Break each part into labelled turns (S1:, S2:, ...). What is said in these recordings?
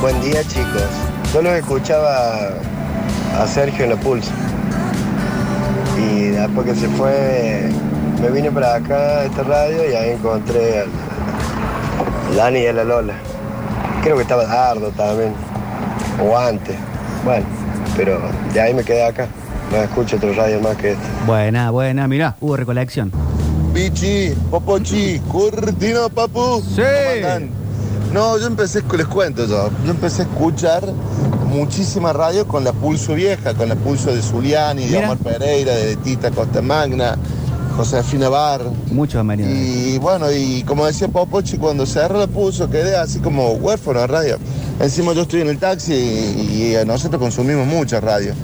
S1: Buen día, chicos. Yo los escuchaba a Sergio en la Pulsa. Y después que se fue, me vine para acá a esta radio y ahí encontré al Lani y a la Lola. Creo que estaba Dardo también, o antes. Bueno, pero de ahí me quedé acá. No escucho otros radios más que este.
S2: Buena, buena, mirá, hubo recolección.
S3: Pichi, Popochi, Curtino, Papu.
S2: Sí.
S3: ¿Cómo andan? No, yo empecé, les cuento yo, yo empecé a escuchar muchísima radio con la Pulso Vieja, con la Pulso de Zuliani, de
S2: Mira.
S3: Omar Pereira, de Tita Costa Magna, Josefina Bar.
S2: Muchos amarillos.
S3: Y bueno, y como decía Popochi, cuando cerró la Pulso quedé así como huérfano de radio. Encima yo estoy en el taxi y, y nosotros consumimos mucha radio.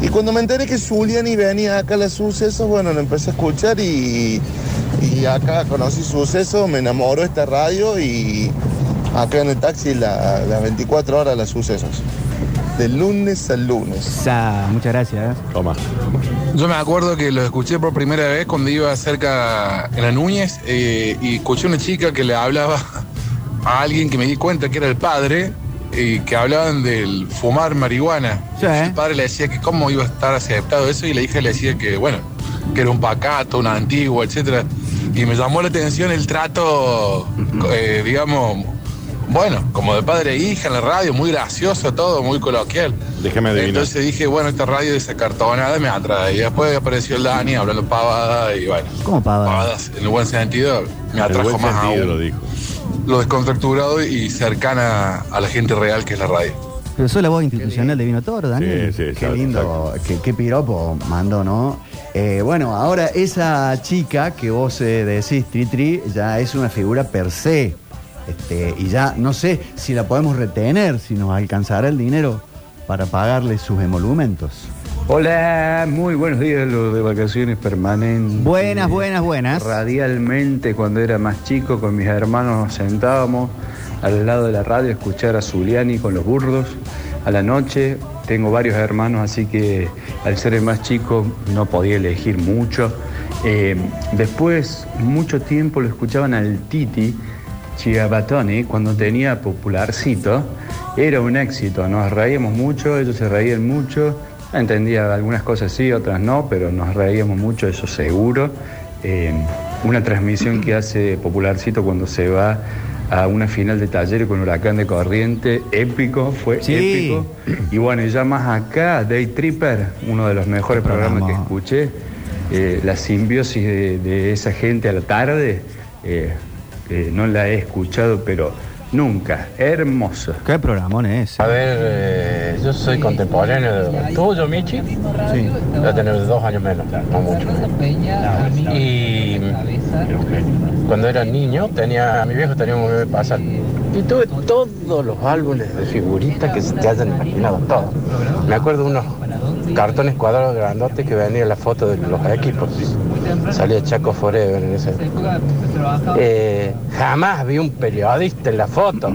S3: Y cuando me enteré que Zuliani venía acá a los sucesos, bueno, lo empecé a escuchar y, y acá conocí sucesos, me enamoró esta radio y acá en el taxi la- las 24 horas las sucesos. De lunes a lunes.
S2: Sa, muchas gracias.
S4: Toma.
S5: Yo me acuerdo que lo escuché por primera vez cuando iba cerca en la Núñez eh, y escuché una chica que le hablaba a alguien que me di cuenta que era el padre y que hablaban del fumar marihuana.
S2: Sí.
S5: El padre le decía que cómo iba a estar aceptado eso y la hija le decía que, bueno, que era un pacato, una antigua, etcétera. Y me llamó la atención el trato, eh, digamos, bueno, como de padre e hija en la radio, muy gracioso todo, muy coloquial.
S4: Déjame adivinar.
S5: Entonces dije, bueno, esta radio desacartonada me atrae. Y después apareció el Dani hablando pavada y bueno.
S2: ¿Cómo pavada?
S5: Pavadas, en el buen sentido, me
S4: En el
S5: atrajo
S4: buen
S5: más
S4: sentido
S5: aún.
S4: lo dijo.
S5: Lo descontracturado y cercana a la gente real que es la radio.
S2: Pero sos la voz institucional de Vino Toro, Daniel.
S4: Sí, sí,
S6: Qué lindo, qué, qué piropo mandó, ¿no? Eh, bueno, ahora esa chica que vos eh, decís, Tri Tri, ya es una figura per se. Este, y ya no sé si la podemos retener, si nos alcanzará el dinero para pagarle sus emolumentos.
S7: Hola, muy buenos días, los de vacaciones permanentes.
S2: Buenas, buenas, buenas.
S7: Radialmente, cuando era más chico, con mis hermanos nos sentábamos al lado de la radio a escuchar a Zuliani con los burdos. A la noche tengo varios hermanos, así que al ser el más chico no podía elegir mucho. Eh, después, mucho tiempo lo escuchaban al Titi Chiabatoni cuando tenía popularcito. Era un éxito, nos reíamos mucho, ellos se reían mucho. Entendía algunas cosas sí, otras no, pero nos reíamos mucho, eso seguro. Eh, una transmisión que hace Popularcito cuando se va a una final de taller con Huracán de Corriente, épico, fue
S2: Sí.
S7: épico. Y bueno, y ya más acá, Day Tripper, uno de los mejores
S2: Qué programa.
S7: programas que escuché, eh, la simbiosis de, de esa gente a la tarde, eh, eh, no la he escuchado, pero nunca, hermosa.
S2: Qué programón es.
S8: A ver, eh, yo soy contemporáneo de tuyo, Michi.
S2: Sí.
S8: Ya tenemos dos años menos, no mucho. Y cuando era niño, tenía, mi viejo tenía un bebé pasar. Y tuve todos los álbumes de figuritas que se te hayan imaginado, todos. Me acuerdo unos cartones cuadrados grandotes que venía la foto de los equipos. Salía Chaco Forever en ese. Eh, jamás vi un periodista en la foto.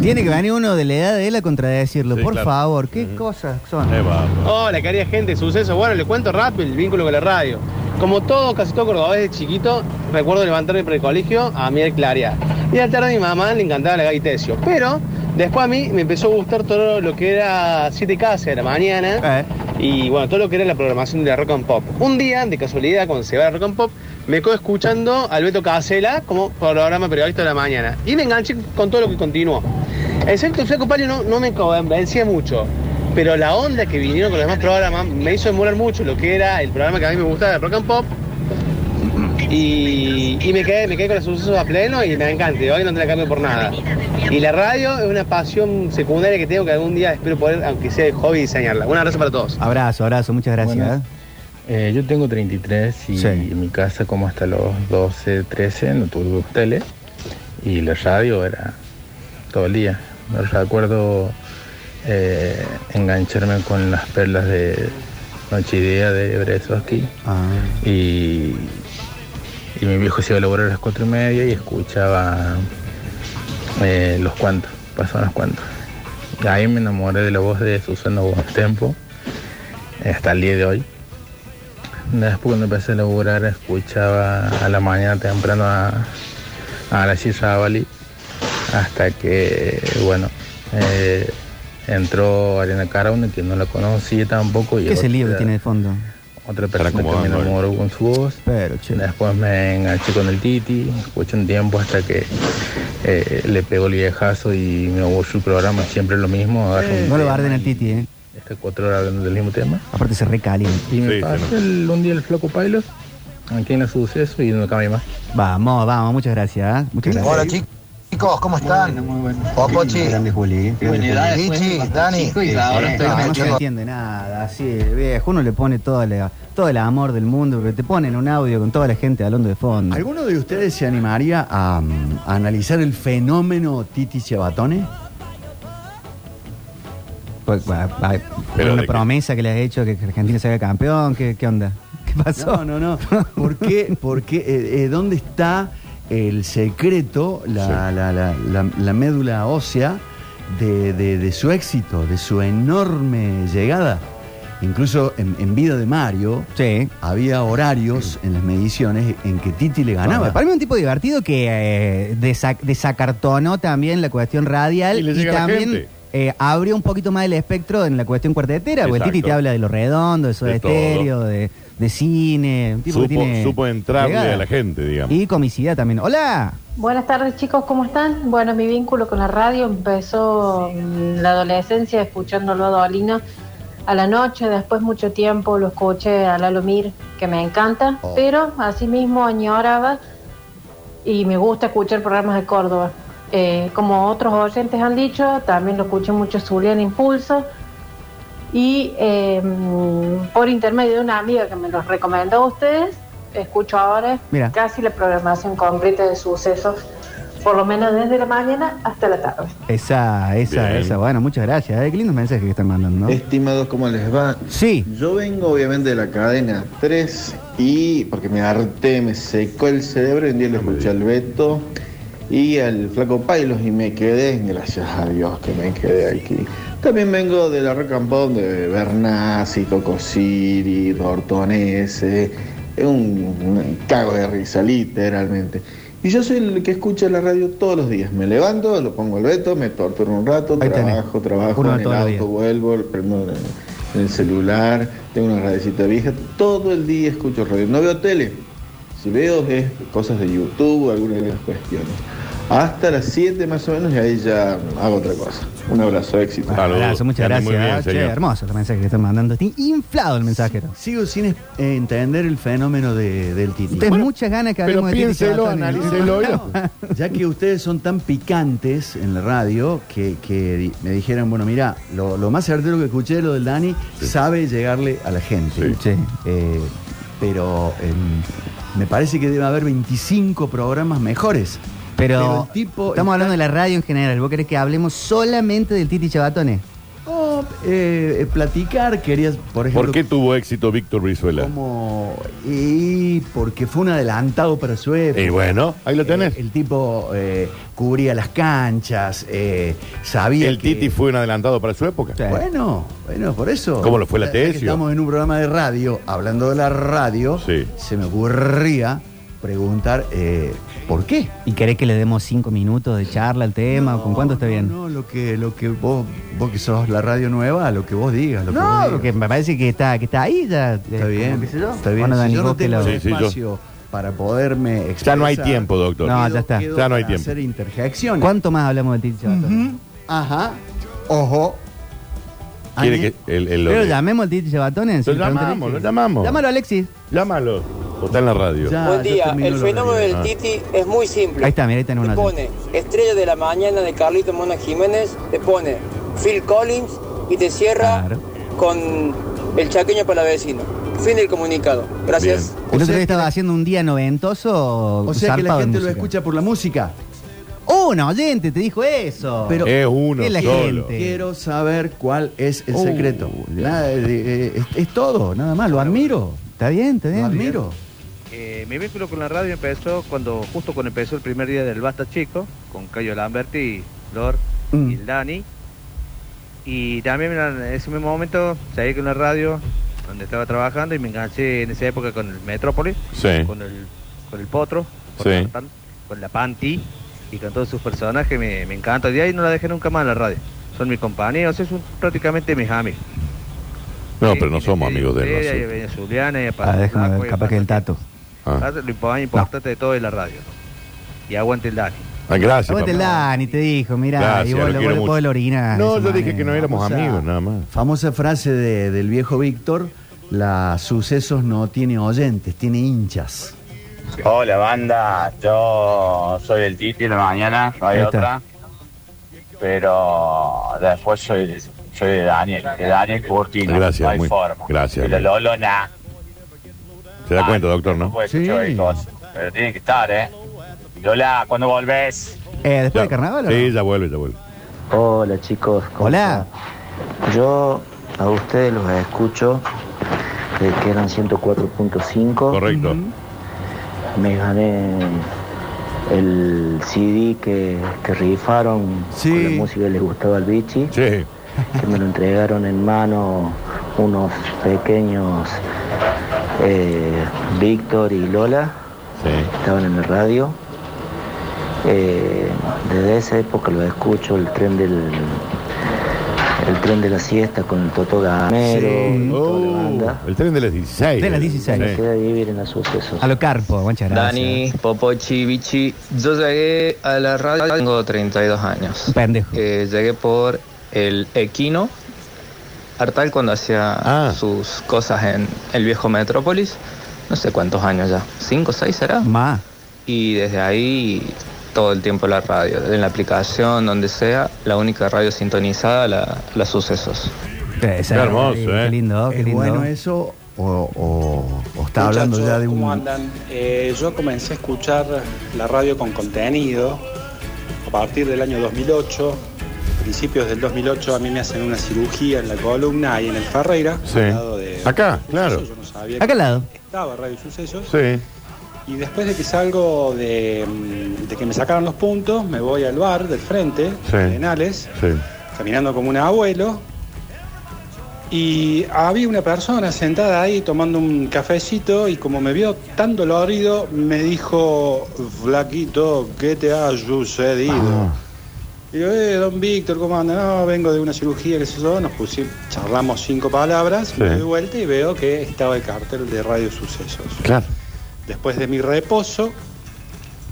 S2: Tiene que venir uno de la edad de él a contradecirlo.
S4: Sí,
S2: Por
S4: claro.
S2: favas, qué cosas son.
S4: Ahí va.
S9: Hola, querida gente, suceso. Bueno, les cuento rápido el vínculo con la radio. Como todo, casi todo cordobés de chiquito, recuerdo levantarme para el colegio a mí el claria. Y a la tarde a mi mamá le encantaba la gaitesio. Pero después a mí me empezó a gustar todo lo que era siete casas de la mañana.
S2: Eh,
S9: Y bueno, todo lo que era la programación de la rock and pop. Un día, de casualidad, cuando se va la rock and pop, me quedo escuchando a Alberto Casela como programa periodista de la mañana. Y me enganché con todo lo que continuó. Excepto el Flaco Palio no, no me convencía mucho. Pero la onda que vinieron con los demás programas me hizo demorar mucho lo que era el programa que a mí me gustaba de rock and pop. Y, y me, quedé, me quedé con los sucesos a pleno y me encanta. y hoy no te la cambio por nada. Y la radio es una pasión secundaria que tengo que algún día espero poder, aunque sea de hobby, diseñarla. Un abrazo para todos.
S2: Abrazo, abrazo, muchas gracias.
S8: Bueno. Eh, yo tengo 33 y
S2: Sí.
S8: en mi casa como hasta los 12, 13 no tuve tele y la radio era todo el día. No recuerdo eh, engancharme con las perlas de Noche Idea de Brezovsky
S2: Ah.
S8: y, y mi viejo se iba a laburar a las cuatro y media y escuchaba eh, los cuantos, pasaban los cuantos. Y ahí me enamoré de la voz de Susana Tempo hasta el día de hoy. Después cuando empecé a laburar escuchaba a la mañana temprano a, a la Shabali hasta que bueno eh, entró Ariana Carone, que no la conocía tampoco. y
S2: ¿Qué es el libro que
S8: otra-
S2: tiene de fondo?
S8: Otra
S4: Para
S8: persona que me
S4: acomodarlo,
S8: enamoró con su voz.
S2: Pero, che.
S8: Después me enganché con el Titi, escuché un tiempo hasta que eh, le pegó el viejazo y me aburrió el programa, siempre lo mismo. agarro un
S2: No lo
S8: tema
S2: barden al
S8: y
S2: Titi, ¿eh?
S8: Estas cuatro horas hablando del mismo tema.
S2: Aparte se recalienta.
S8: Y me
S4: Sí,
S8: pasa
S4: sí, no.
S8: el- un día el floco pilot, aquí en el suceso y no cambia más.
S2: Vamos, vamos, muchas gracias. ¿eh? Muchas gracias.
S1: Hola chi- chicos, ¿cómo están? Popochi,
S6: Juli.
S1: Vichy, Dani. Este,
S2: Ah, no se
S1: Chicos,
S2: entiende nada, así, viejo. Uno le pone todo, la- todo el amor del mundo, pero te ponen un audio con toda la gente hablando de fondo.
S6: ¿Alguno de ustedes se animaría a, mm, a analizar el fenómeno Titi Chiavatone?
S2: Pues, va- va-
S4: Pero
S2: una
S4: de qué?
S2: promesa que le has hecho que Argentina se haga campeón, ¿qué, qué onda? ¿Qué pasó?
S6: No, no, no. ¿Por qué? por qué, eh, eh, ¿Dónde está el secreto, la, la- la- la- la médula ósea de, de- de su éxito, de su enorme llegada? Incluso en, en vida de Mario
S2: Sí.
S6: había horarios en las mediciones en que Titi le ganaba.
S2: Para mí es un tipo divertido que eh, desa- desacartonó también la cuestión radial
S4: Y le llega a la
S2: también
S4: gente.
S2: eh, abrió un poquito más el espectro en la cuestión cuartetera, porque
S4: Exacto.
S2: Titi te habla de lo redondo, de Soda
S4: De todo.
S2: estéreo, de, de cine. un tipo que
S4: Supo,
S2: tiene
S4: supo entrarle
S2: llegada.
S4: a la gente, digamos.
S2: Y comicidad también. ¡Hola!
S10: Buenas tardes chicos, ¿cómo están? Bueno, mi vínculo con la radio empezó en la adolescencia escuchándolo a Dolina a la noche, después mucho tiempo lo escuché a Lalo Mir, que me encanta,
S6: Oh.
S10: pero asimismo añoraba y me gusta escuchar programas de Córdoba. Eh, como otros oyentes han dicho, también lo escuché mucho Zulian Impulso y eh, por intermedio de una amiga que me los recomendó a ustedes, escucho ahora
S2: Mira.
S10: casi la programación completa de sucesos, por lo menos desde la mañana hasta la tarde.
S2: Esa, esa,
S4: Bien. Eh,
S2: esa. Bueno, muchas gracias. eh. Qué lindos mensajes que están mandando, ¿no?
S11: Estimados, ¿cómo les va?
S2: Sí.
S11: Yo vengo obviamente de la cadena 3 y porque me harté, me secó el cerebro y un día lo escuché al Beto y al Flaco Pailos y me quedé, gracias a Dios que me quedé aquí. También vengo de la Rock and Pop de Bernasi, Coco Siri, Dortonese, es un cago de risa, literalmente. Y yo soy el que escucha la radio todos los días. Me levanto, lo pongo al Beto, me torturo un rato,
S2: Ahí tenés.
S11: trabajo, trabajo,
S2: Uno
S11: en el
S2: todos los
S11: auto,
S2: días.
S11: vuelvo, prendo en- en el celular, tengo una radiecita vieja, todo el día escucho radio, no veo tele, si veo es cosas de YouTube, algunas de las cuestiones. Hasta las 7 más o menos y ahí ya hago otra cosa. Un abrazo, éxito.
S4: Saludos.
S2: Abrazo, muchas
S4: Que ande muy bien,
S2: gracias. Che,
S4: señor.
S2: hermoso los mensajes que están mandando. Está inflado el mensajero.
S6: Sigo sin es- eh, entender el fenómeno de- del Titi.
S2: Tienes muchas ganas que
S4: pero
S2: hablemos de Titi
S4: piénselo,
S2: Sabatoni.
S4: analícelo. ¿eh?
S6: Ya que ustedes son tan picantes en la radio que, que di- me dijeron, bueno, mira, lo, lo más certero que escuché de lo del Dani sabe llegarle a la gente.
S2: Sí. Sí.
S6: Eh, pero em, me parece que debe haber 25 programas mejores.
S2: Pero,
S6: Pero el tipo
S2: estamos
S6: está-
S2: hablando de la radio en general. ¿Vos querés que hablemos solamente del Titi Chabatone?
S6: O eh, eh, platicar, querías, por ejemplo,
S4: ¿Por qué tuvo éxito Víctor Brizuela?
S6: como... Y porque fue un adelantado para su época.
S4: Y bueno, ahí lo tenés.
S6: Eh, el tipo eh, cubría las canchas, eh, sabía
S4: el
S6: que-
S4: Titi fue un adelantado para su época.
S2: Sí.
S6: Bueno, bueno, por eso.
S4: ¿Cómo lo fue la
S6: Ya- ya que
S4: Tesio?
S6: Estamos en un programa de radio, hablando de la radio.
S4: Sí.
S6: Se me ocurría preguntar eh, por qué.
S2: ¿Y querés que le demos cinco minutos de charla al tema? ¿Con cuánto está bien?
S6: No, lo que, lo que vos, vos que sos la radio nueva, lo que vos digas, lo que vos
S2: No,
S6: digas.
S2: porque me parece que está, que está ahí ya. eh,
S6: Está bien, está bien.
S2: Bueno,
S6: Si
S2: Dani,
S6: yo no
S2: vos que
S6: tengo
S2: lo-
S4: Sí, sí, yo-
S6: espacio para poderme expresar.
S4: Ya no hay tiempo, doctor.
S2: No, ya está.
S6: quedo
S4: Ya no hay
S6: para
S4: tiempo.
S6: hacer interjecciones.
S2: ¿Cuánto más hablamos del Titi Chabatone?
S6: Ujú. Ajá. Ojo.
S4: Quiere
S6: Añe-
S4: que eh, el, el-
S2: Pero
S4: el-
S2: llamemos al Titi Chabatone. sí, pregúntale.
S4: llamamos, lo llamamos.
S2: Llámalo, Alexis.
S4: Llámalo. O está en la radio. Ah.
S6: Ya,
S12: Buen
S6: ya
S12: día,
S6: terminó
S12: el
S6: la
S12: fenómeno
S6: radio.
S12: del Titi es muy simple.
S2: Ahí está, mira, ahí está en
S12: Te
S2: una.
S12: pone Estrella de la Mañana de Carlito Mona Jiménez, te pone Phil Collins y te cierra
S2: Claro.
S12: con el chaqueño para vecino. Fin del comunicado.
S4: Bien.
S12: Gracias.
S2: El
S6: O
S2: otro
S6: sea
S2: día estaba haciendo un día noventoso.
S6: O sea que la
S2: zarpado en
S6: gente lo
S2: música.
S6: escucha por la música.
S2: Uno oyente te dijo eso.
S6: Pero-
S4: Es uno
S2: ¿Qué es la
S4: solo. Uh,
S2: gente?
S6: Quiero saber cuál es el
S2: Oh,
S6: secreto. Nada de- eh, es, es todo, nada más. Lo admiro.
S2: Está bien, está
S6: Lo
S2: bien.
S6: admiro.
S9: Eh, mi vínculo con la radio empezó cuando, justo cuando empezó el primer día del Basta Chico, con Cayo Lamberti, Lor
S6: Mm.
S9: y el Dani. Y también mira, en ese mismo momento salí con la radio donde estaba trabajando y me enganché en esa época con el Metrópolis,
S4: Sí.
S9: con el, con el Potro, con,
S4: Sí.
S9: Martán, con la Panti y con todos sus personajes. Me, me encanta. De ahí no la dejé nunca más en la radio.
S13: son mis compañeros, es un- prácticamente mis amigos.
S4: No, pero no somos amigos de él.
S13: Ella y Avenida Zuliana, y a
S2: Ah,
S13: Pastor
S2: déjame
S13: Flaco, y
S2: ver,
S13: a
S2: capaz que el tato.
S4: Ah.
S13: Pastor- Lo impo- importante de todo es la radio. Y aguante el Dani.
S4: Ah, gracias.
S2: Aguante el
S4: papá.
S2: Dani, te dijo, mirá,
S4: Gracias,
S2: y vos
S4: lo
S2: lo,
S4: quiero
S2: vos lo
S4: mucho.
S2: podés orinar.
S4: No,
S2: de
S4: yo
S2: esa
S4: dije que no éramos
S2: Famosa-
S4: amigos, nada más.
S6: Famosa frase de- del viejo Víctor, la sucesos no tiene oyentes, tiene hinchas.
S14: Hola banda, yo soy el Titi de la mañana, no hay
S6: Ahí está.
S14: otra. Pero después soy, soy de Daniel, de Daniel Curtino.
S4: Gracias,
S14: no hay
S4: muy-
S14: forma.
S4: gracias,
S14: Y la
S4: muy-
S14: Lolona,
S4: Se da cuenta, doctor,
S14: no
S4: ¿no?
S14: puede escuchar de cosas, Pero tiene que estar, ¿eh? Lola, ¿cuándo volvés?
S2: Eh, después de carnaval, ¿o no?
S4: Sí, ya vuelve, ya vuelve.
S15: Hola chicos. ¿cómo
S2: Hola.
S15: están? Yo a ustedes los escucho desde eh, que eran 104.5.
S4: Correcto.
S15: Me gané el CD que, que rifaron con la música que les gustaba al bichi. Que me lo entregaron en mano unos pequeños eh, Víctor y Lola. Estaban en la radio. Eh, desde esa época lo escucho, el tren del el tren de la siesta con el Toto Gamero,
S4: Sí.
S15: toda la
S4: Oh,
S15: banda.
S4: el tren de las 16.
S15: De las 16.
S4: Sí.
S15: Me quedé a vivir en los sucesos.
S2: A lo carpo, muchas gracias.
S16: Dani, Popochi, Bichi, yo llegué a la radio, tengo 32 años.
S2: Pendejo.
S16: Eh, llegué por el Equino, Artal cuando hacía
S2: Ah.
S16: sus cosas en el viejo Metrópolis, no sé cuántos años ya, 5, 6 será.
S2: Más.
S16: Y desde ahí todo el tiempo la radio, en la aplicación, donde sea, la única radio sintonizada, la, la sucesos.
S2: Qué hermoso, qué eh. lindo, qué
S6: ¿Es
S2: lindo.
S6: bueno eso o, o- o está hablando
S17: Muchachos,
S6: ya de
S17: ¿Cómo
S6: un...
S17: andan? Eh, yo comencé a escuchar la radio con contenido a partir del año 2008. Principios del 2008 a mí me hacen una cirugía en la columna y en el Ferreira.
S4: Sí.
S17: al lado de-
S4: Acá, claro.
S17: Yo no sabía
S4: Acá
S17: que
S4: al lado.
S17: Estaba Radio Sucesos.
S4: Sí.
S17: Y después de que salgo de, mm, de que me sacaron los puntos, me voy al bar del frente,
S4: Sí.
S17: de Arenales,
S4: Sí.
S17: caminando como un abuelo. Y había una persona sentada ahí tomando un cafecito y como me vio tan dolorido, me dijo, flaquito, ¿qué te ha sucedido? Y yo, eh, don Víctor, ¿cómo anda? No, vengo de una cirugía, qué sé yo. Nos pusimos, charlamos cinco palabras,
S4: Sí.
S17: me doy vuelta y veo que estaba el cartel de Radio Sucesos.
S4: Claro.
S17: Después de mi reposo,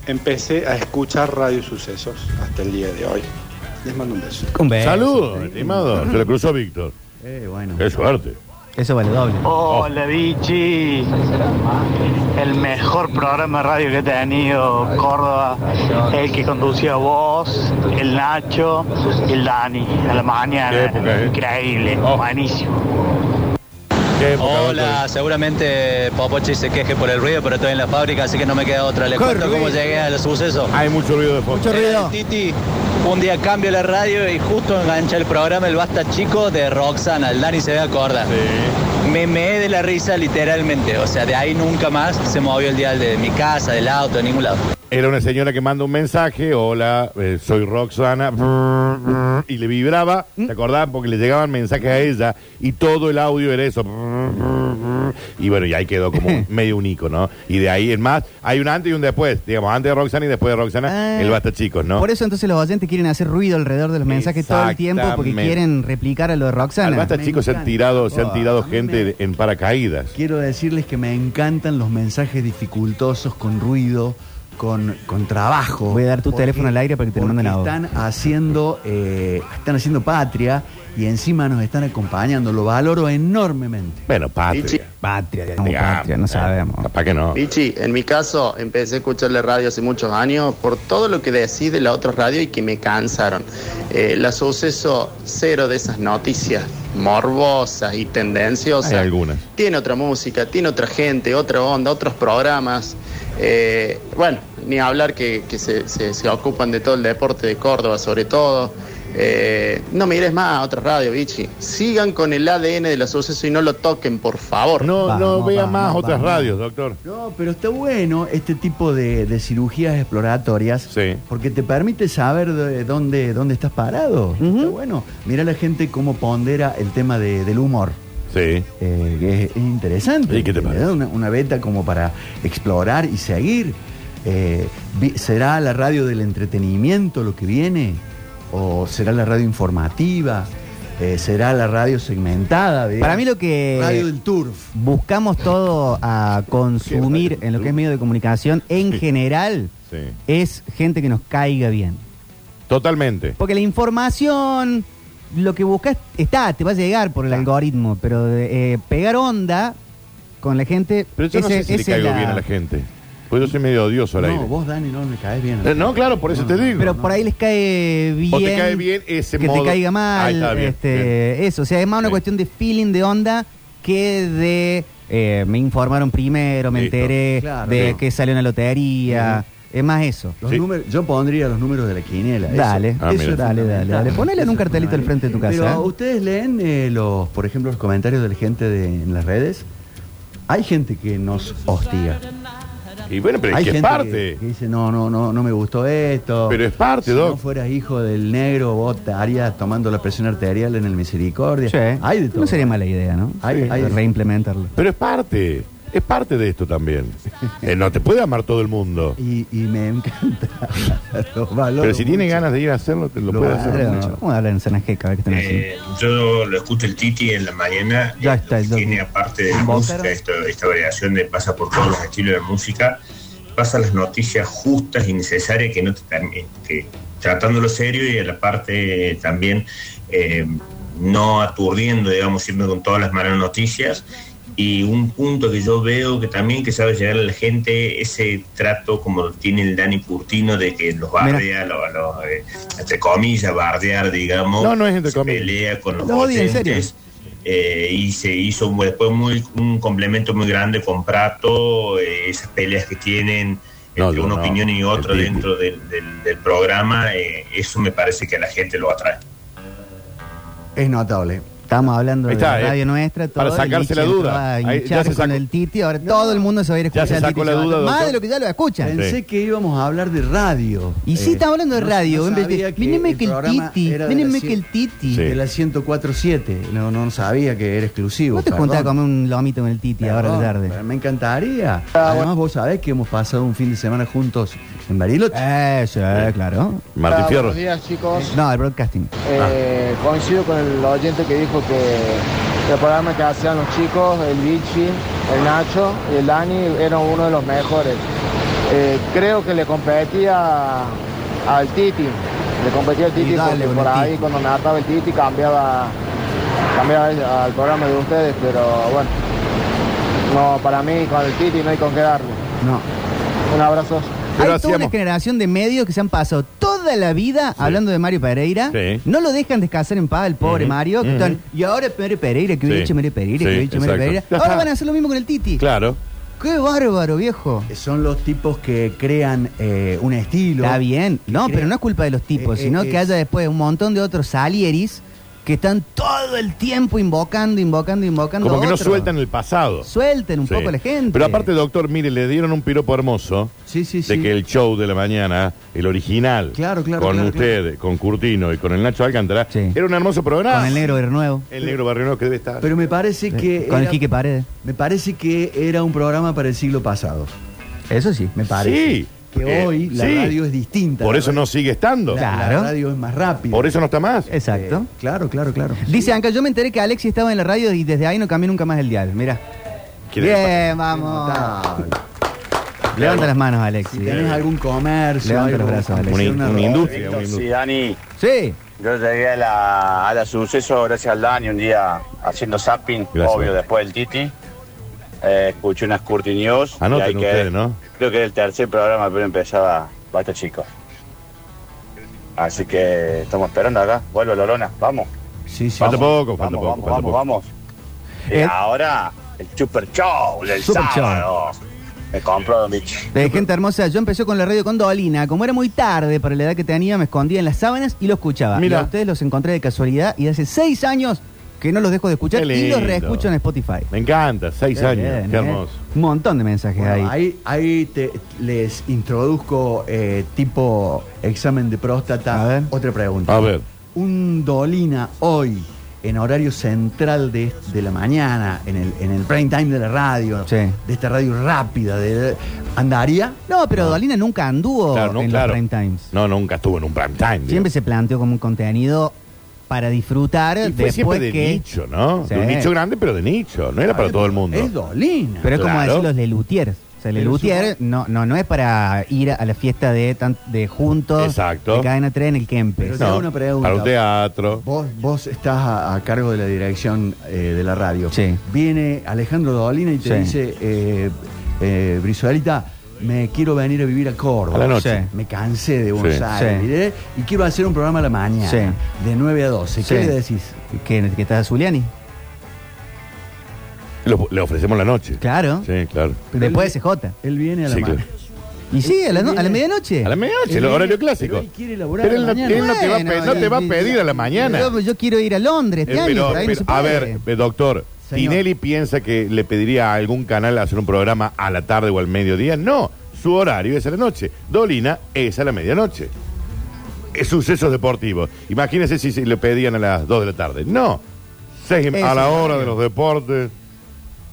S17: empecé a escuchar Radio Sucesos hasta el día de hoy. Les mando un beso.
S4: Saludos, estimado. Se le cruzó Víctor.
S6: Eh, bueno.
S4: Qué suerte.
S2: Eso vale doble.
S4: Oh.
S18: Hola Vichy, el mejor programa de radio que he tenido Córdoba, el que conducía vos, el Nacho y el Dani, a la mañana,
S4: ¿eh?
S18: increíble,
S4: Oh.
S18: buenísimo.
S19: Hola, seguramente Popochi se queje por el ruido, pero estoy en la fábrica, así que no me queda otra. Les
S4: ¡Qué
S19: cuento cómo
S4: ruido!
S19: llegué al suceso.
S4: Hay mucho ruido de fondo.
S19: Era el Titi, un día cambio la radio y justo engancha el programa El Basta Chico de Roxana. El Dani se ve acorda. Me meé de la risa literalmente. O sea, de ahí nunca más se movió el dial de mi casa, del auto, de ningún lado.
S4: Era una señora que manda un mensaje, hola, eh, soy Roxana, brr, brr, y le vibraba,
S6: ¿Mm?
S4: ¿te acordás? Porque le llegaban mensajes a ella y todo el audio era eso. brr, brr, brr, Y bueno, y ahí quedó como medio un ¿no? Y de ahí en más, hay un antes y un después, digamos, antes de Roxana y después de Roxana,
S2: Ah.
S4: el basta chicos, ¿no?
S2: Por eso entonces los oyentes quieren hacer ruido alrededor de los mensajes todo el tiempo porque
S4: Exactamente.
S2: quieren replicar a lo de
S4: Al
S2: Roxana.
S4: basta chicos se han tirado, se
S6: Oh,
S4: han tirado gente de- en paracaídas.
S6: Quiero decirles que me encantan los mensajes dificultosos, con ruido, con, con trabajo.
S2: Voy a dar tu
S6: Porque-
S2: teléfono al aire para que te lo
S6: porque
S2: manden a vos.
S6: Están haciendo, eh, están haciendo patria y encima nos están acompañando. Lo valoro enormemente.
S4: Bueno, patria.
S2: Patria,
S6: patria, no sabemos.
S4: eh, Capaz que no.
S20: Vichy, en mi caso empecé a escuchar la radio hace muchos años por todo lo que decís de la otra radio y que me cansaron. Eh, la suceso cero de esas noticias morbosas y tendenciosas.
S4: Hay algunas.
S20: Tiene otra música, tiene otra gente, otra onda, otros programas. Eh, bueno, ni hablar que, que se, se- se ocupan de todo el deporte de Córdoba sobre todo. Eh, no mires más a otra radio, Vichy. Sigan con el ADN de la suceso y no lo toquen, por favor.
S4: No,
S6: Vamos,
S4: vea
S6: vamos,
S4: más otras
S6: vamos.
S4: radios, doctor.
S6: No, pero está bueno este tipo de, de cirugías exploratorias porque te permite saber de dónde, dónde estás parado. Está bueno. Mira la gente cómo pondera el tema de- del humor. eh,
S4: Sí.
S6: que es, es interesante.
S4: ¿Y qué te
S6: Le da Una, una beta como para explorar y seguir. Eh, vi- ¿Será la radio del entretenimiento lo que viene? ¿O será la radio informativa? Eh, ¿Será la radio segmentada? digamos?
S2: Para mí lo que
S6: Radio del Turf.
S2: buscamos todo a consumir en lo que es medio de comunicación en general
S4: Sí.
S2: es gente que nos caiga bien.
S4: Totalmente.
S2: Porque la información, lo que buscas está, te va a llegar por el algoritmo, pero de, eh, pegar onda con la gente...
S4: Pero yo no
S2: ese-
S4: sé si le
S2: ese
S4: caigo
S2: la-
S4: bien a la gente. Pues yo soy medio odioso al
S6: No,
S4: aire.
S6: vos, Dani, no me caes bien.
S4: Eh, No, claro, por eso te digo.
S2: Pero por ahí les cae bien.
S4: O te cae bien ese
S2: Que
S4: modo.
S2: te caiga
S4: Ahí
S2: mal.
S4: está, bien,
S2: este, Eso. O sea, es más una cuestión de feeling, de onda, que de. eh, me informaron primero, me
S6: Listo.
S2: enteré
S6: Claro,
S2: de
S6: sí.
S2: que salió una lotería. Es más eso.
S6: Los números- yo pondría los números de la quiniela. eso-
S2: Dale,
S4: Ah,
S6: eso
S2: dale,
S6: es
S2: dale, dale,
S6: fundamental.
S2: Ponele en un cartelito al frente de tu casa.
S6: Pero
S2: ¿eh?
S6: ustedes leen eh, los, por ejemplo, los comentarios de la gente de- en las redes. Hay gente que nos hostiga.
S4: Y bueno, pero es
S6: Hay
S4: que es
S6: gente
S4: parte.
S6: Que, que dice, no, no, no, no me gustó esto.
S4: Pero es parte,
S6: Si
S4: Doc.
S6: no fueras hijo del negro, vos estarías tomando la presión arterial en el misericordia.
S2: Sí.
S6: Hay de todo.
S2: No sería mala idea, ¿no?
S6: Hay- hay-
S2: reimplementarlo.
S4: Pero es parte. Es parte de esto también. Eh, no te puede amar todo el mundo.
S6: Y, y me encanta. Lo valoro
S4: Pero si tiene
S6: mucho.
S4: ganas de ir a hacerlo, te lo,
S6: Lo
S4: puede
S6: valoro
S4: hacer.
S2: Pero, Vamos a hablar en Senajeca, a ver qué tenés.
S21: Eh, yo lo escucho el Titi en la mañana. eh,
S2: Ya está, el Doc.
S21: Tiene aparte de la
S2: Bócaro.
S21: música, esto- esta variación de pasa por todos los estilos de música, pasa las noticias justas y necesarias que no te permi- que, tratándolo serio y a la parte eh, también eh, no aturdiendo, digamos, siempre con todas las malas noticias. Y un punto que yo veo que también que sabe llegar a la gente, ese trato como lo tiene el Dani Curtino de que los bardea, los, los, eh, entre comillas, bardear, digamos.
S4: No, no es entre
S21: se Pelea con los
S4: Los odia, en serio.
S21: oyentes. Eh, y se hizo un- después muy, un complemento muy grande con Prato, eh, esas peleas que tienen entre
S4: yo
S21: una
S4: no,
S21: opinión y otra
S4: el Titi.
S21: dentro del, del- del programa, eh, eso me parece que a la gente lo atrae.
S6: Es notable.
S2: Estamos hablando
S4: Ahí
S2: de
S4: está,
S2: la
S4: eh.
S2: radio nuestra. todo
S4: Para
S2: el
S4: sacarse
S2: Lichi
S4: la duda.
S2: entraba a
S4: Ahí ya
S2: hinchar
S4: se
S2: con
S4: sacó-
S2: el Titi. Ahora todo el mundo se va a ir
S4: Ya
S2: a escuchar
S4: se
S2: al
S4: sacó
S2: Titi
S4: la
S2: Sabato.
S4: duda,
S2: Más
S4: doctor.
S2: de lo que ya lo escuchan.
S6: Pensé que íbamos a hablar de radio. Eh,
S2: Y sí, estamos hablando de radio. en vez de-
S6: sabía
S2: míneme que el
S6: programa
S2: Titi,
S6: era de
S2: míneme
S6: la
S2: que
S6: cien-
S2: el Titi. Sí.
S6: De la 104.7. No, no sabía que era exclusivo.
S2: ¿Vos te
S6: perdón.
S2: juntás a comer un lomito con el Titi ahora a la
S6: Perdón,
S2: tarde?
S6: pero Me encantaría. Además, vos sabés que hemos pasado un fin de semana juntos en Bariloche.
S2: Eh, sí, claro.
S4: Martín
S15: Hola,
S4: Fierro. Ah.
S15: Buenos días, chicos.
S2: No, el broadcasting.
S15: Eh, Coincido con el oyente que dijo que el programa que hacían los chicos, el Vichy, el Nacho y el Dani, era uno de los mejores. Eh, creo que le competía al Titi. Le competía al Titi
S2: dale
S15: porque
S2: con
S15: por
S2: el
S15: ahí
S2: Titi.
S15: cuando mataba el Titi cambiaba, cambiaba al programa de ustedes, pero bueno. No, para mí con el Titi no hay con qué darle.
S6: No.
S15: Un abrazo.
S2: Hay toda una generación de medios que se han pasado toda la vida hablando de Mario Pereira.
S4: Sí.
S2: No lo dejan descansar en paz el pobre
S4: Ujú,
S2: Mario. que
S4: ujú.
S2: están, y ahora es Mario Pereira, que hubiera
S4: Sí.
S2: dicho Mario Pereira, que
S4: Sí,
S2: hubiera dicho Mario
S4: exacto.
S2: Pereira.
S4: Ya
S2: Ahora
S4: está.
S2: van a hacer lo mismo con el Titi.
S4: Claro.
S2: Qué bárbaro, viejo.
S6: Eh, Son los tipos que crean eh, un estilo.
S2: Está bien. No, pero Pues no es culpa de los tipos,
S6: Eh, eh,
S2: sino
S6: eh.
S2: que haya después un montón de otros salieris que están todo el tiempo invocando, invocando, invocando.
S4: Como que no
S2: otro.
S4: sueltan el pasado.
S2: Suelten un
S4: Sí.
S2: poco a la gente.
S4: Pero aparte, doctor, mire, le dieron un piropo hermoso
S6: Sí, sí,
S4: de
S6: sí.
S4: que el show de la mañana, el original,
S6: Claro, claro,
S4: con
S6: claro,
S4: usted, con Curtino y con el Nacho Alcántara, era un hermoso programa.
S2: Con el negro Barrio nuevo.
S4: El negro barrio Nuevo que debe estar.
S6: Pero me parece que.
S2: Con el
S6: era-
S2: Quique Paredes.
S6: Me parece que era un programa para el siglo pasado.
S2: Eso sí.
S6: Me parece.
S4: Sí.
S6: Que
S4: Eh,
S6: hoy la
S4: sí.
S6: radio es distinta.
S4: Por
S6: La
S4: eso no sigue estando.
S6: La, la radio es más rápida.
S4: Por eso no está más.
S2: Exacto.
S6: Claro, claro, claro.
S2: Dice Anca, yo me enteré que Alexi estaba en la radio y desde ahí no cambió nunca más el dial. Mira.
S4: ¿Quién es?
S2: Bien, vamos. Levanta las manos, Alexi.
S6: Si tenés algún comercio,
S2: Levanta
S6: algo,
S2: los brazos, Alexi.
S6: hacer una radio.
S14: Víctor, Sí, Dani.
S2: Sí.
S14: Yo llegué a la, a la suceso gracias al Dani un día haciendo zapping,
S4: Gracias.
S14: obvio, después del Titi. Eh, escuché unas Curti News. y
S4: Anoten
S14: ahí quedé.
S4: ustedes, ¿no?
S14: Creo que era el tercer programa, pero empezaba Basta Chicos. Así que estamos esperando acá. Vuelvo a Lolona, vamos.
S6: Sí, sí.
S4: Falta
S14: Vamos,
S4: poco, falta
S14: vamos,
S4: poco,
S14: Vamos,
S4: falta
S14: vamos,
S4: poco.
S14: vamos. Y
S2: Eh,
S14: ahora, el Super Show del
S2: Super Show.
S14: sábado. Me compro, Don Bichi.
S2: De Eh, gente hermosa, yo empecé con la radio con Dolina. Como era muy tarde para la edad que tenía, me escondía en las sábanas y lo escuchaba.
S4: Mira.
S2: Y a ustedes los encontré de casualidad y hace seis años que no los dejo de escuchar
S4: Qué
S2: y los
S4: lindo.
S2: reescucho en Spotify.
S4: Me encanta, seis
S2: Qué
S4: años.
S2: bien,
S4: Qué
S2: ¿eh?
S4: hermoso.
S2: Un montón de mensajes
S6: Bueno,
S2: ahí.
S6: ahí, ahí te, les introduzco eh, tipo examen de próstata. Otra pregunta.
S4: A ver.
S6: Un Dolina hoy en horario central de, de la mañana, en el, en el prime time de la radio, de esta radio rápida, de, ¿andaría?
S2: No, pero Dolina nunca anduvo
S4: Ah. Claro, no,
S2: en
S4: claro.
S2: los prime times.
S4: No, nunca estuvo en un prime time. digo.
S2: Siempre se planteó como un contenido para disfrutar
S4: Y fue siempre
S2: después
S4: de
S2: que...
S4: nicho, ¿no?
S2: Sí. Ah,
S4: De un nicho grande, pero de nicho. No era para todo el mundo.
S6: Es Dolina.
S2: Pero es como
S4: Claro.
S2: decir los Lelutiers. O sea,
S4: Pero
S2: Lelutier no, no, no es para ir a la fiesta de, tan- de juntos,
S4: Exacto.
S2: de cadena 3 en el Kempes.
S6: Pero te hago una pregunta.
S4: Para ah. un teatro.
S6: Vos, vos estás a, a cargo de la dirección eh, de la radio.
S2: Sí.
S6: Viene Alejandro Dolina y te
S2: Sí.
S6: dice, eh, eh, Brizuelita, me quiero venir a vivir a Córdoba.
S2: A la noche. Sí.
S6: Me cansé de Buenos
S2: Sí.
S6: Aires.
S2: Sí.
S6: ¿eh? Y quiero hacer un programa a la mañana.
S2: Sí.
S6: De 9 a 12. ¿Qué
S2: Sí.
S6: le decís?
S2: ¿Que, que estás a Zuliani?
S4: Lo- le ofrecemos la noche.
S2: Claro.
S4: Sí, claro.
S2: Después de CJ.
S6: Él viene
S4: Sí, claro.
S2: Y sí, a la, no- a la medianoche.
S4: A la medianoche, el horario clásico.
S6: Pero él quiere laburar
S4: Pero él no,
S6: a la mañana.
S4: él no te va a
S6: Bueno,
S4: pe- no te va a
S6: eh,
S4: pedir a la mañana.
S2: Yo, yo quiero ir a Londres este
S4: Eh,
S2: año,
S4: pero-
S2: por ahí no
S4: pero,
S2: se
S4: a
S2: puede.
S4: ver, eh, doctor,
S2: Señor.
S4: ¿Tinelli piensa que le pediría a algún canal hacer un programa a la tarde o al mediodía? No, su horario es a la noche. Dolina es a la medianoche. Es sucesos deportivos. Imagínense si se le pedían a las 2 de la tarde. No, Seis y-
S6: Ese
S4: a la hora
S6: horario.
S4: de los deportes.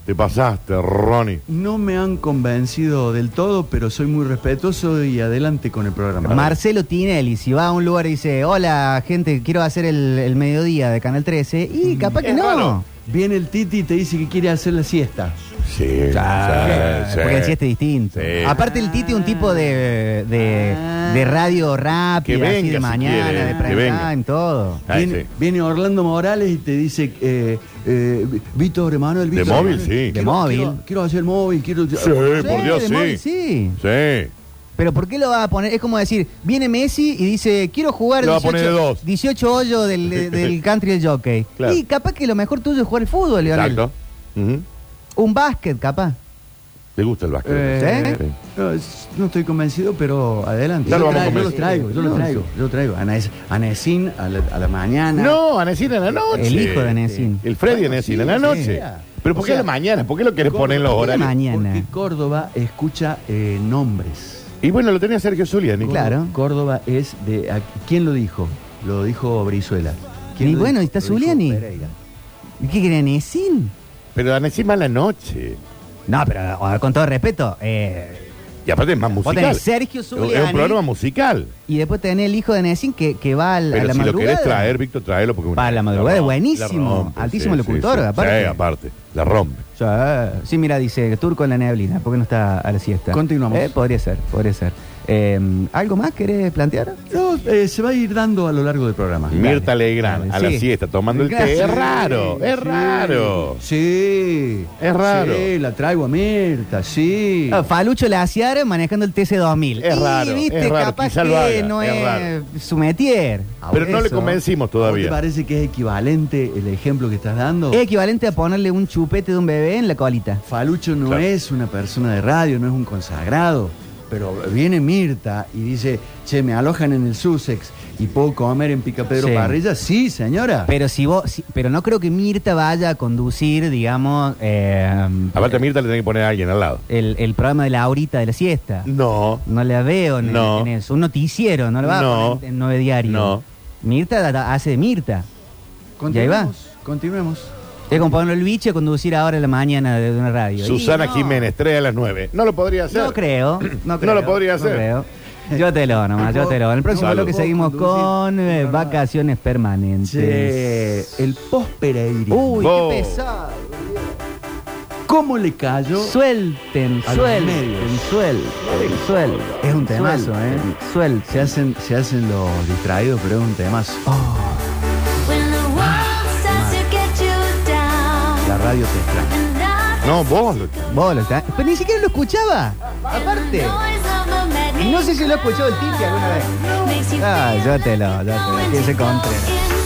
S4: Te pasaste, Ronnie.
S6: No me han convencido del todo, pero soy muy respetuoso y adelante con el programa.
S2: Marcelo Tinelli, si va a un lugar y dice, hola gente, quiero hacer el, el mediodía de Canal 13, y
S6: Mm.
S2: capaz que no.
S6: Viene el Titi y te dice que quiere hacer la siesta.
S4: Sí,
S2: Claro,
S4: sí, sí.
S2: Porque el siesta es distinto.
S4: Sí.
S2: Aparte el Titi es un tipo de, de,
S4: Ah.
S2: de radio rápida,
S6: Que
S2: así
S6: venga,
S2: de
S6: si
S2: mañana,
S6: quiere,
S2: de
S6: que
S2: prime
S6: venga.
S2: time, todo.
S6: Viene, viene Orlando Morales y te dice, eh, eh, Víctor Emanuel,
S4: De
S6: Víctor
S4: móvil,
S6: Emanuel,
S4: sí. De
S6: quiero-
S2: móvil.
S6: Quiero, quiero hacer móvil, quiero...
S4: Sí, por Dios,
S2: de
S4: sí.
S2: móvil, sí.
S4: Sí.
S2: Pero ¿por qué lo va a poner? Es como decir, viene Messi y dice, quiero jugar
S4: Lo va a poner de dos.
S2: 18 hoyos del, de- del country del jockey.
S4: Claro.
S2: Y capaz que lo mejor tuyo es jugar al fútbol, Leonel.
S4: Exacto. Ujú.
S2: Un básquet, capaz.
S4: ¿Le gusta el básquet?
S6: Eh,
S4: Sí.
S6: no, es- no estoy convencido, pero adelante.
S4: Ya
S6: yo,
S4: lo vamos a
S6: traigo, yo lo
S4: convencer.
S6: traigo, yo lo
S4: No,
S6: traigo, yo lo traigo. Anes- Anesín a la, a la mañana.
S4: No, Anecina en la noche.
S2: El hijo de Anecín.
S4: El Freddy Anecina en la
S6: Bueno, sí,
S4: noche.
S6: sí.
S4: Pero ¿por
S6: O
S4: qué a
S6: sea,
S4: la mañana? ¿Por qué lo querés poner en los
S6: Córdoba-
S4: horarios?
S6: Porque Córdoba escucha eh, nombres.
S4: Y bueno, lo tenía Sergio Zuliani.
S6: Claro. Córdoba es de... a- ¿Quién lo dijo? Lo dijo Brizuela. ¿Quién
S2: Y
S6: lo
S2: bueno,
S6: dijo?
S2: ahí está
S6: Lo dijo
S2: Zuliani.
S6: Pereira.
S2: ¿Y ¿Qué quiere Nesín?
S4: Pero Anecina en la noche.
S2: No, pero o- con todo respeto, eh,
S4: Y aparte es más
S2: Vos
S4: musical.
S2: tenés Sergio Zuliani.
S4: Es un programa musical.
S2: y después tenés el hijo de Nesín que, que va al- a
S4: Pero
S2: la
S4: si lo
S2: madrugada.
S4: querés traer, Víctor, traelo. Porque
S2: Va a la madrugada,
S4: es
S2: buenísimo. Altísimo locutor, aparte.
S4: Sí, aparte. La rompe.
S2: Sí, sí, mira, dice Turco en la neblina, ¿por qué no está a la siesta?
S6: Continuamos.
S2: Eh, podría ser, podría ser. Eh, ¿Algo más querés plantear?
S6: No, eh, se va a ir dando a lo largo del programa.
S4: Mirta Legrand, a la
S6: Sí.
S4: siesta, tomando el té.
S6: Sí,
S4: Es raro, es
S6: sí,
S4: raro.
S6: Sí.
S4: Es raro.
S6: Sí, la traigo a Mirta, sí.
S2: Ah, Falucho Laciar manejando el TC2000.
S4: Es
S2: Y,
S4: raro,
S2: viste,
S4: es raro,
S2: capaz
S4: quizá
S2: que
S4: lo haga,
S2: no
S4: es
S2: es,
S4: raro. Ah,
S2: su metier.
S4: Pero no le
S2: Eso. Ah,
S4: convencimos
S6: ¿Te
S4: todavía.
S6: parece que es equivalente el ejemplo que estás dando?
S2: Es equivalente a ponerle un chupete de un bebé en la colita.
S6: Falucho no es una persona de radio, no es un consagrado. Pero viene Mirta y dice, che, me alojan en el Sussex y puedo comer en Picapedro
S2: Sí.
S6: Parrilla. Sí, señora.
S2: Pero si vos, si- pero no creo que Mirta vaya a conducir, digamos, eh,
S4: Aparte, a Mirta le tenés que poner a alguien al lado.
S2: el, el programa de la horita de la siesta.
S4: No.
S2: No la veo en,
S4: No.
S2: en eso. Un noticiero, no la va
S4: No.
S2: a poner en, en nueve diario.
S4: No.
S2: Mirta da- da- hace de Mirta. Y ahí va.
S6: Continuemos.
S2: Es como ponerlo el bicho a conducir ahora en la mañana de una radio. Y
S4: Susana
S2: no,
S4: Jiménez, 3 a las 9. No lo podría hacer.
S2: No creo. No,
S4: No
S2: creo,
S4: lo podría hacer.
S2: creo. Yo te lo nomás, yo te lo. En el próximo
S6: No,
S2: bloque
S6: puedo
S2: seguimos con eh, vacaciones permanentes.
S6: Che, el post Pereira.
S2: Uy, qué pesado.
S6: ¿Cómo le cayó?
S2: Suelten,
S6: a los
S2: suelten,
S6: medios?
S2: suelten, suelten.
S6: Es un temazo, ¿eh?
S2: Suel.
S6: Se hacen, se hacen los distraídos, pero es un temazo.
S2: Oh.
S6: La radio te extraña.
S4: No, vos lo
S2: Vos lo está- Pero ni siquiera lo escuchaba. Aparte. No sé si lo ha escuchado el Titi alguna vez. Ah, yo te lo, yo te lo. ¿Quién se contra?